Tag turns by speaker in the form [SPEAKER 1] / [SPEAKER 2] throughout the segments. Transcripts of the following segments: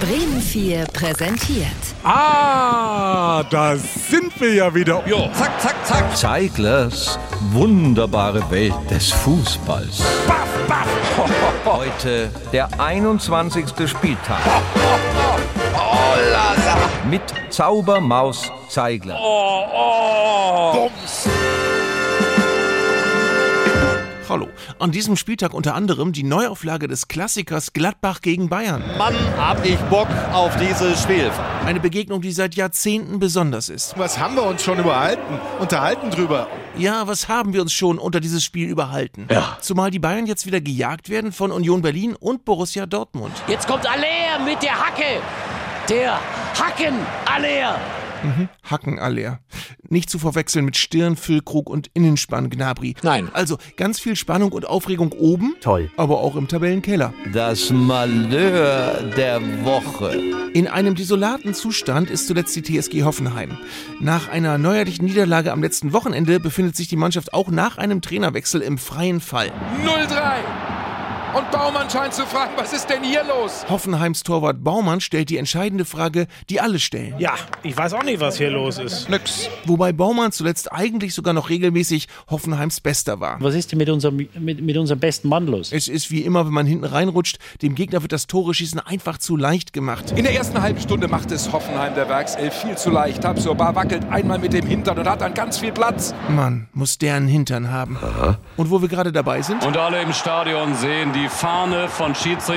[SPEAKER 1] Bremen 4 präsentiert.
[SPEAKER 2] Ah, da sind wir ja wieder. Jo. Zack, zack, zack.
[SPEAKER 3] Zeiglers wunderbare Welt des Fußballs.
[SPEAKER 2] Baff, baff. Ho, ho, ho.
[SPEAKER 3] Heute der 21. Spieltag.
[SPEAKER 2] Oh, la, la.
[SPEAKER 3] Mit Zaubermaus Zeigler.
[SPEAKER 2] Oh, oh. Bums.
[SPEAKER 4] Hallo. An diesem Spieltag unter anderem die Neuauflage des Klassikers Gladbach gegen Bayern.
[SPEAKER 5] Mann, hab ich Bock auf dieses Spiel.
[SPEAKER 4] Eine Begegnung, die seit Jahrzehnten besonders ist.
[SPEAKER 6] Was haben wir uns schon überhalten? Unterhalten drüber.
[SPEAKER 4] Ja, was haben wir uns schon unter dieses Spiel überhalten?
[SPEAKER 5] Ja.
[SPEAKER 4] Zumal die Bayern jetzt wieder gejagt werden von Union Berlin und Borussia Dortmund.
[SPEAKER 7] Jetzt kommt Aller mit der Hacke. Der Hacken Aller.
[SPEAKER 4] Mhm. Hackenalleer. Nicht zu verwechseln mit Stirn, Füllkrug und Innenspann Gnabry.
[SPEAKER 5] Nein.
[SPEAKER 4] Also ganz viel Spannung und Aufregung oben.
[SPEAKER 5] Toll.
[SPEAKER 4] Aber auch im Tabellenkeller.
[SPEAKER 3] Das Malheur der Woche.
[SPEAKER 4] In einem desolaten Zustand ist zuletzt die TSG Hoffenheim. Nach einer neuerlichen Niederlage am letzten Wochenende befindet sich die Mannschaft auch nach einem Trainerwechsel im freien Fall.
[SPEAKER 2] 0-3. Und Baumann scheint zu fragen, was ist denn hier los?
[SPEAKER 4] Hoffenheims Torwart Baumann stellt die entscheidende Frage, die alle stellen.
[SPEAKER 8] Ja, ich weiß auch nicht, was hier los ist.
[SPEAKER 2] Nix.
[SPEAKER 4] Wobei Baumann zuletzt eigentlich sogar noch regelmäßig Hoffenheims Bester war.
[SPEAKER 9] Was ist denn mit unserem, mit, mit unserem besten Mann los?
[SPEAKER 4] Es ist wie immer, wenn man hinten reinrutscht, dem Gegner wird das Tore-Schießen einfach zu leicht gemacht.
[SPEAKER 2] In der ersten halben Stunde macht es Hoffenheim der Werkself viel zu leicht. Tabsoba wackelt einmal mit dem Hintern und hat dann ganz viel Platz.
[SPEAKER 4] Mann, muss der einen Hintern haben. Und wo wir gerade dabei sind?
[SPEAKER 10] Und alle im Stadion sehen die Fahne von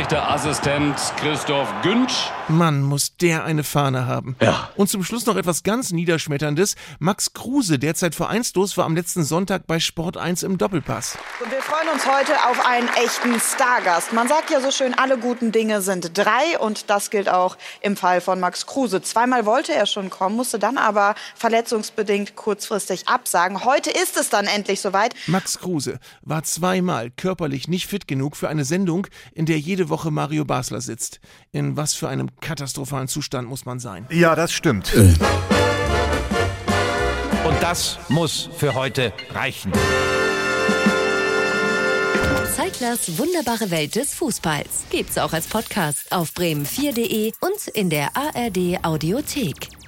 [SPEAKER 10] Schiedsrichterassistent Christoph Günsch.
[SPEAKER 4] Mann, muss der eine Fahne haben.
[SPEAKER 5] Ja.
[SPEAKER 4] Und zum Schluss noch etwas ganz Niederschmetterndes. Max Kruse, derzeit vereinslos, war am letzten Sonntag bei Sport 1 im Doppelpass.
[SPEAKER 11] Und wir freuen uns heute auf einen echten Stargast. Man sagt ja so schön, alle guten Dinge sind drei und das gilt auch im Fall von Max Kruse. Zweimal wollte er schon kommen, musste dann aber verletzungsbedingt kurzfristig absagen. Heute ist es dann endlich soweit.
[SPEAKER 4] Max Kruse war zweimal körperlich nicht fit genug für eine Sendung, in der jede Woche Mario Basler sitzt. In was für einem katastrophalen Zustand muss man sein?
[SPEAKER 6] Ja, das stimmt.
[SPEAKER 3] Und das muss für heute reichen.
[SPEAKER 1] Zeiglers wunderbare Welt des Fußballs gibt's auch als Podcast auf bremen4.de und in der ARD Audiothek.